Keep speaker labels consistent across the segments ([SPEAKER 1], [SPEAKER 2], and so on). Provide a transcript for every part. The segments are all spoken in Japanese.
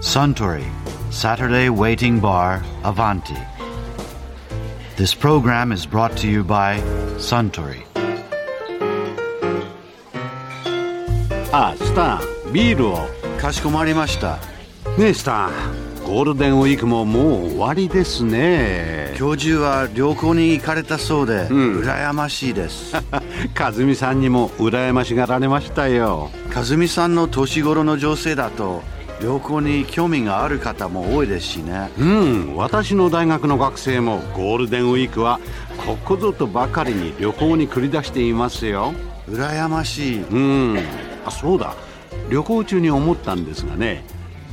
[SPEAKER 1] Suntory, Saturday Waiting Bar, Avanti. This program is brought to you by Suntory.
[SPEAKER 2] ああスタービールをかしこまりましたねえスターゴールデンウィークももう終わりです ね
[SPEAKER 1] 教授は旅行に行かれたそうで、羨ましい です。
[SPEAKER 2] 和美さんにも羨ましがられましたよ
[SPEAKER 1] 和美さんの年頃の女性だと、旅行に興味がある方も多いですしね。
[SPEAKER 2] うん私の大学の学生もゴールデンウィークはここぞとばかりに旅行に繰り出していますよ
[SPEAKER 1] 羨ましい。
[SPEAKER 2] うんあそうだ旅行中に思ったんですがね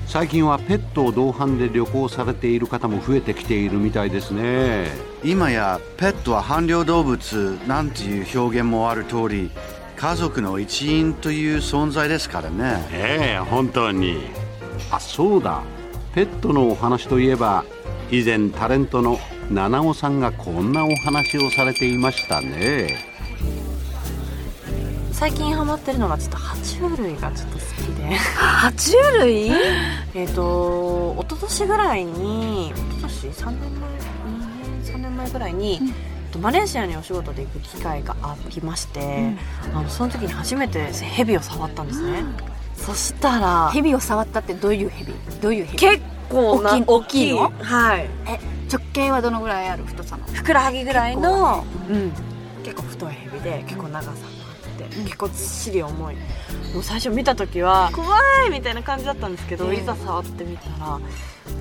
[SPEAKER 2] 最近はペットを同伴で旅行されている方も増えてきているみたいですね
[SPEAKER 1] 今やペットは伴侶動物なんていう表現もある通り、家族の一員という存在ですからね。
[SPEAKER 2] ええ本当にあそうだペットのお話といえば以前タレントの七尾さんがこんなお話をされていましたね
[SPEAKER 3] 最近ハマってるのがちょっと爬虫類がちょっと好きで
[SPEAKER 4] 爬虫類
[SPEAKER 3] えっと一昨年ぐらいに一昨年3年前2年3年前ぐらいに、えっとマレーシアにお仕事で行く機会がありまして、あのその時に初めてヘビを触ったんですね、そしたら
[SPEAKER 4] 蛇を触ったってどういう蛇どういう蛇
[SPEAKER 3] 結構な
[SPEAKER 4] 大きい大きいの
[SPEAKER 3] はい
[SPEAKER 4] え直径はどのぐらいある太さの
[SPEAKER 3] ふくらはぎぐらいのうん、結構太いヘビで結構長さがあって、結構ずっしり重いもう最初見た時は怖いみたいな感じだったんですけど、
[SPEAKER 4] うん
[SPEAKER 3] いざ触ってみたら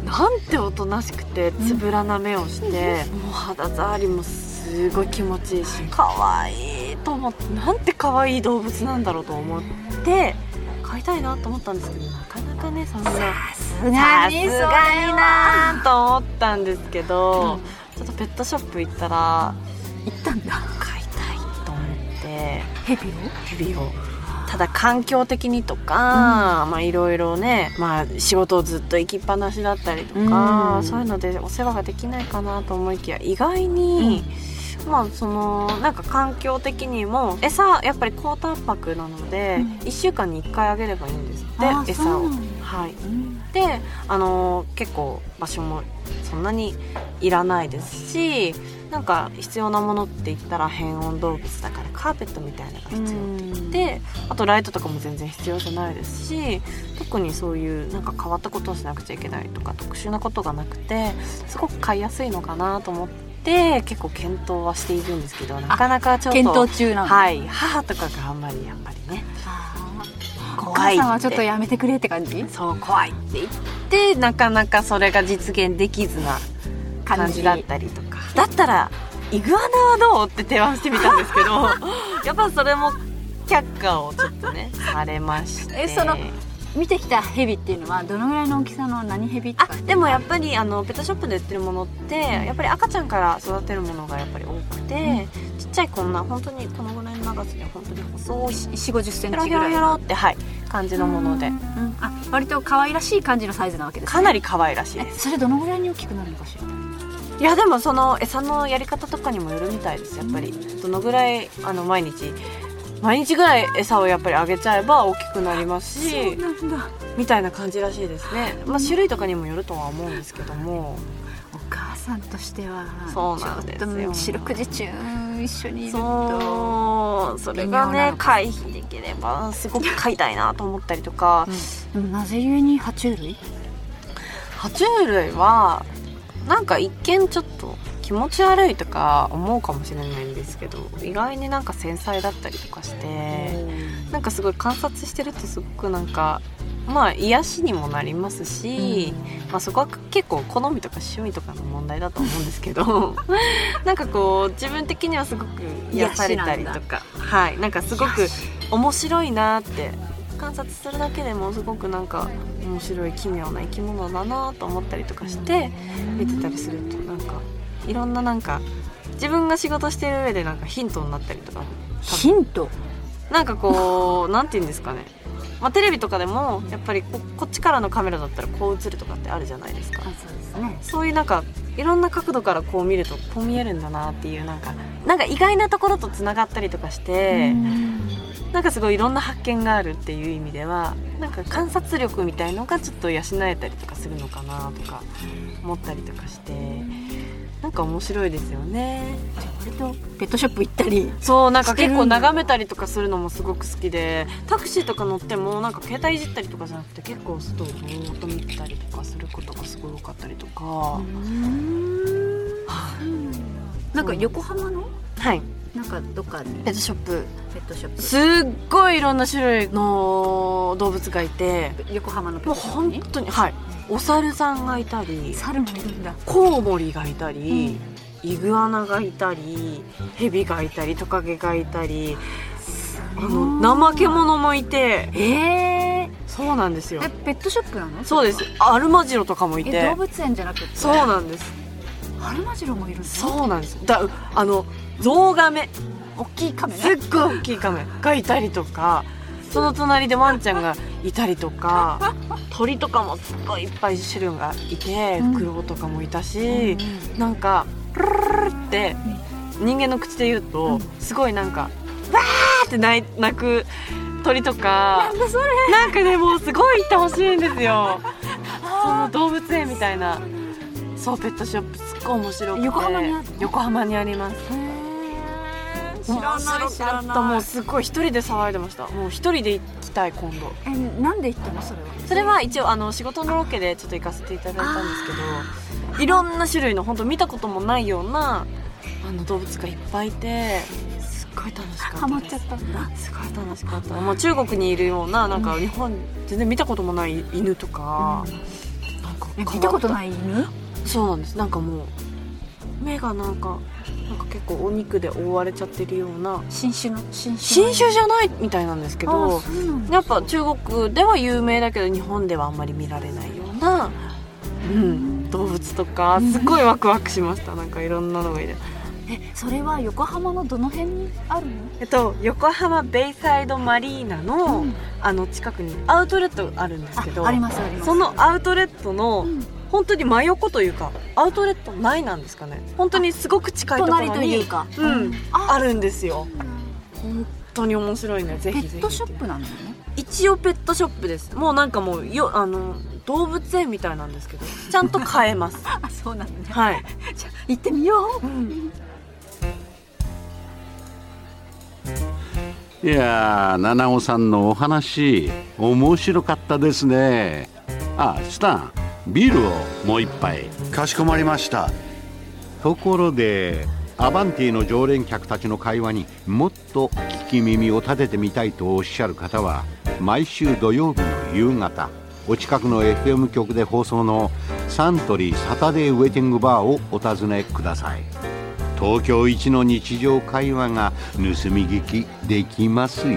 [SPEAKER 3] なんておとなしくてつぶらな目をして、もう肌触りもすごい気持ちいいし可愛いと思ってなんて可愛い動物なんだろうと思って飼いたいなと思ったんですけどなかなかねそんな。
[SPEAKER 4] す
[SPEAKER 3] さすがになーと思ったんですけど、ちょっとペットショップ行ったら
[SPEAKER 4] 行ったんだ
[SPEAKER 3] 飼いたいと思って
[SPEAKER 4] 蛇を
[SPEAKER 3] ヘビをただ環境的にとか、まあいろいろね、まあ、仕事をずっと行きっぱなしだったりとか、
[SPEAKER 4] うん
[SPEAKER 3] そういうのでお世話ができないかなと思いきや意外に、まあそのなんか環境的にも餌やっぱり高タンパクなので、
[SPEAKER 4] うん
[SPEAKER 3] 1週間に1回あげればいいんです
[SPEAKER 4] あー
[SPEAKER 3] って餌
[SPEAKER 4] そう
[SPEAKER 3] を
[SPEAKER 4] な。んだ
[SPEAKER 3] はい
[SPEAKER 4] うん
[SPEAKER 3] で、あのー結構場所もそんなにいらないですしなんか必要なものって言ったら変温動物だからカーペットみたいなのが必要であとライトとかも全然必要じゃないですし特にそういうなんか変わったことをしなくちゃいけないとか特殊なことがなくてすごく買いやすいのかなと思って結構検討はしているんですけどなかなかちょっと
[SPEAKER 4] 検討中なの、
[SPEAKER 3] はい母とかがあんまりやっぱりね
[SPEAKER 4] あーお
[SPEAKER 3] 怖
[SPEAKER 4] 母
[SPEAKER 3] い
[SPEAKER 4] さんはちょっとやめてくれって感じ
[SPEAKER 3] そう怖いって言ってなかなかそれが実現できずな感じだったりとかだったらイグアナはどうって提案してみたんですけど やっぱそれも却下をちょっとねされまして
[SPEAKER 4] えその見てきた蛇っていうのはどのぐらいの大きさの何蛇って
[SPEAKER 3] あ
[SPEAKER 4] 感じ
[SPEAKER 3] でもやっぱりあのペットショップで売ってるものってやっぱり赤ちゃんから育てるものがやっぱり多くて、ちっちゃいこんな本当にこのぐらいの長さで本当に細い
[SPEAKER 4] 4 5 0セン
[SPEAKER 3] ヘ
[SPEAKER 4] チ
[SPEAKER 3] ロヘ
[SPEAKER 4] ぐ
[SPEAKER 3] ロ
[SPEAKER 4] らい
[SPEAKER 3] ヘロってはい感じのもので、
[SPEAKER 4] うんあ割と可愛らしい感じのサイズなわけですね
[SPEAKER 3] かなり可愛らしい
[SPEAKER 4] え
[SPEAKER 3] です
[SPEAKER 4] それどのぐらいに大きくなるのかしら
[SPEAKER 3] いやでもその餌のやり方とかにもよるみたいですやっぱりどのぐらいあの毎日毎日ぐらい餌をやっぱりあげちゃえば大きくなりますし
[SPEAKER 4] なんだ
[SPEAKER 3] みたいな感じらしいですね、まあ、種類とかにもよるとは思うんですけども
[SPEAKER 4] お母さんとしては
[SPEAKER 3] そうなんですよ
[SPEAKER 4] ちょっと四六時中一緒にいると
[SPEAKER 3] そうそれが
[SPEAKER 4] 微妙な
[SPEAKER 3] ね
[SPEAKER 4] のか
[SPEAKER 3] 回避できればすごく飼いたいなと思ったりとか
[SPEAKER 4] でもなぜゆえに爬虫類
[SPEAKER 3] 爬虫類はなんか一見ちょっと気持ち悪いとか思うかもしれないんですけど意外になんか繊細だったりとかして。なんかすごい観察してるとすごくなんかまあ癒しにもなりますし、まあ、そこは結構好みとか趣味とかの問題だと思うんですけ どなんかこう自分的にはすごく癒されたりとかはいなんかすごく面白いなって観察するだけでもすごくなんか面白い奇妙な生き物だなと思ったりとかして見てたりするとなんかいろんななんか自分が仕事してる上でなんかヒントになったりとかも
[SPEAKER 4] ヒント
[SPEAKER 3] なんかこうなんて言うんですかねまあ、テレビとかでもやっぱりここっちからのカメラだったらこう映るとかってあるじゃないですか
[SPEAKER 4] あそうですね
[SPEAKER 3] そういうなんかいろんな角度からこう見るとこう見えるんだなっていうなんかなんか意外なところとつながったりとかして、なんかすごいいろんな発見があるっていう意味ではなんか観察力みたいのがちょっと養えたりとかするのかなとか思ったりとかしてなんか面白いですよね
[SPEAKER 4] 割とペットショップ行ったり
[SPEAKER 3] そうなんか
[SPEAKER 4] してる
[SPEAKER 3] 結
[SPEAKER 4] んだ
[SPEAKER 3] 構眺めたりとかするのもすごく好きでタクシーとか乗ってもなんか携帯いじったりとかじゃなくて結構外をぼーっと見てたりとかすることがすごい多かったりとか、
[SPEAKER 4] なんか横浜の
[SPEAKER 3] はい
[SPEAKER 4] なんかどっかに
[SPEAKER 3] ペットショップ
[SPEAKER 4] ペットショッ
[SPEAKER 3] すっごいいろんな種類の動物がいて
[SPEAKER 4] プ横浜のペッ
[SPEAKER 3] もう
[SPEAKER 4] トショップ
[SPEAKER 3] 本
[SPEAKER 4] に
[SPEAKER 3] 当にはいお猿さんがいたり
[SPEAKER 4] 猿もいるんだ
[SPEAKER 3] コウモリがいたり、イグアナがいたりヘビがいたりトカゲがいたりあの怠け者もいて
[SPEAKER 4] えー、
[SPEAKER 3] そうなんですよ
[SPEAKER 4] えペットショップなの
[SPEAKER 3] そうですアルマジロとかもい
[SPEAKER 4] え
[SPEAKER 3] て
[SPEAKER 4] 動物園じゃなくて
[SPEAKER 3] そうなんです
[SPEAKER 4] アルマジロもいるの
[SPEAKER 3] そうなんですだあのゾウガメ
[SPEAKER 4] 大きいカメ
[SPEAKER 3] すっごい大きいカメがいたりとかその隣でワンちゃんがいたりとか鳥とかもすっごいいっぱい種類がいて
[SPEAKER 4] うん
[SPEAKER 3] フクロウとかもいたし、なんかプルルルルルって人間の口で言うと、すごいなんかわーって泣い泣く鳥とか
[SPEAKER 4] だそれ
[SPEAKER 3] なんかねもうすごい行ってほしいんですよその動物園みたいなそうペットショップすっごい面白くて
[SPEAKER 4] 横浜にある
[SPEAKER 3] 横浜にあります
[SPEAKER 4] 知らない知ら
[SPEAKER 3] とも
[SPEAKER 4] な
[SPEAKER 3] う
[SPEAKER 4] い
[SPEAKER 3] すっごい一人で騒いでましたもう一人で行きたい今度
[SPEAKER 4] えなんで行ったのそれは
[SPEAKER 3] それは一応あの仕事のロケでちょっと行かせていただいたんですけどいろんな種類の本当見たこともないようなあの動物がいっぱいいてすっごい楽しかったです
[SPEAKER 4] ハマっちゃったんだ
[SPEAKER 3] すごい楽しかったもう中国にいるようななんか日本全然見たこともない犬とか、なんか
[SPEAKER 4] え見たこと
[SPEAKER 3] い
[SPEAKER 4] ない犬
[SPEAKER 3] そうなんですなんかもう目がなんかなんか結構お肉で覆われちゃってるような
[SPEAKER 4] 新種の新種
[SPEAKER 3] 新種じゃないみたいなんですけ
[SPEAKER 4] あ
[SPEAKER 3] ど
[SPEAKER 4] そうなんだ
[SPEAKER 3] やっぱ中国では有名だけど日本ではあんまり見られないような、うん、動物とかすごいワクワクしましたなんかいろんなのがいて
[SPEAKER 4] えそれは横浜のどの辺にあるの
[SPEAKER 3] えっと横浜ベイサイドマリーナの、
[SPEAKER 4] うん
[SPEAKER 3] あの近くにアウトレットあるんですけど
[SPEAKER 4] あありますあります
[SPEAKER 3] そのアウトレットの、
[SPEAKER 4] うん
[SPEAKER 3] 本当に真横というかアウトレット内なんですかね本当にすごく近いところに
[SPEAKER 4] 隣というか
[SPEAKER 3] うん、
[SPEAKER 4] あ
[SPEAKER 3] あるんですよ本当に面白いねぜひ
[SPEAKER 4] ペ
[SPEAKER 3] ぜひ
[SPEAKER 4] ットショップなんだよね
[SPEAKER 3] 一応ペットショップですもうなんかもうよあの動物園みたいなんですけどちゃんと飼え ます
[SPEAKER 4] あそうなんだね
[SPEAKER 3] はい、
[SPEAKER 4] じゃあ行ってみよう
[SPEAKER 2] いやー七尾さんのお話面白かったですねあスタンビールをもう一杯
[SPEAKER 1] かしこまりました
[SPEAKER 2] ところでアバンティの常連客たちの会話にもっと聞き耳を立ててみたいとおっしゃる方は毎週土曜日の夕方お近くの FM 局で放送のサントリーサタデーウェイティングバーをお尋ねください東京一の日常会話が盗み聞きできますよ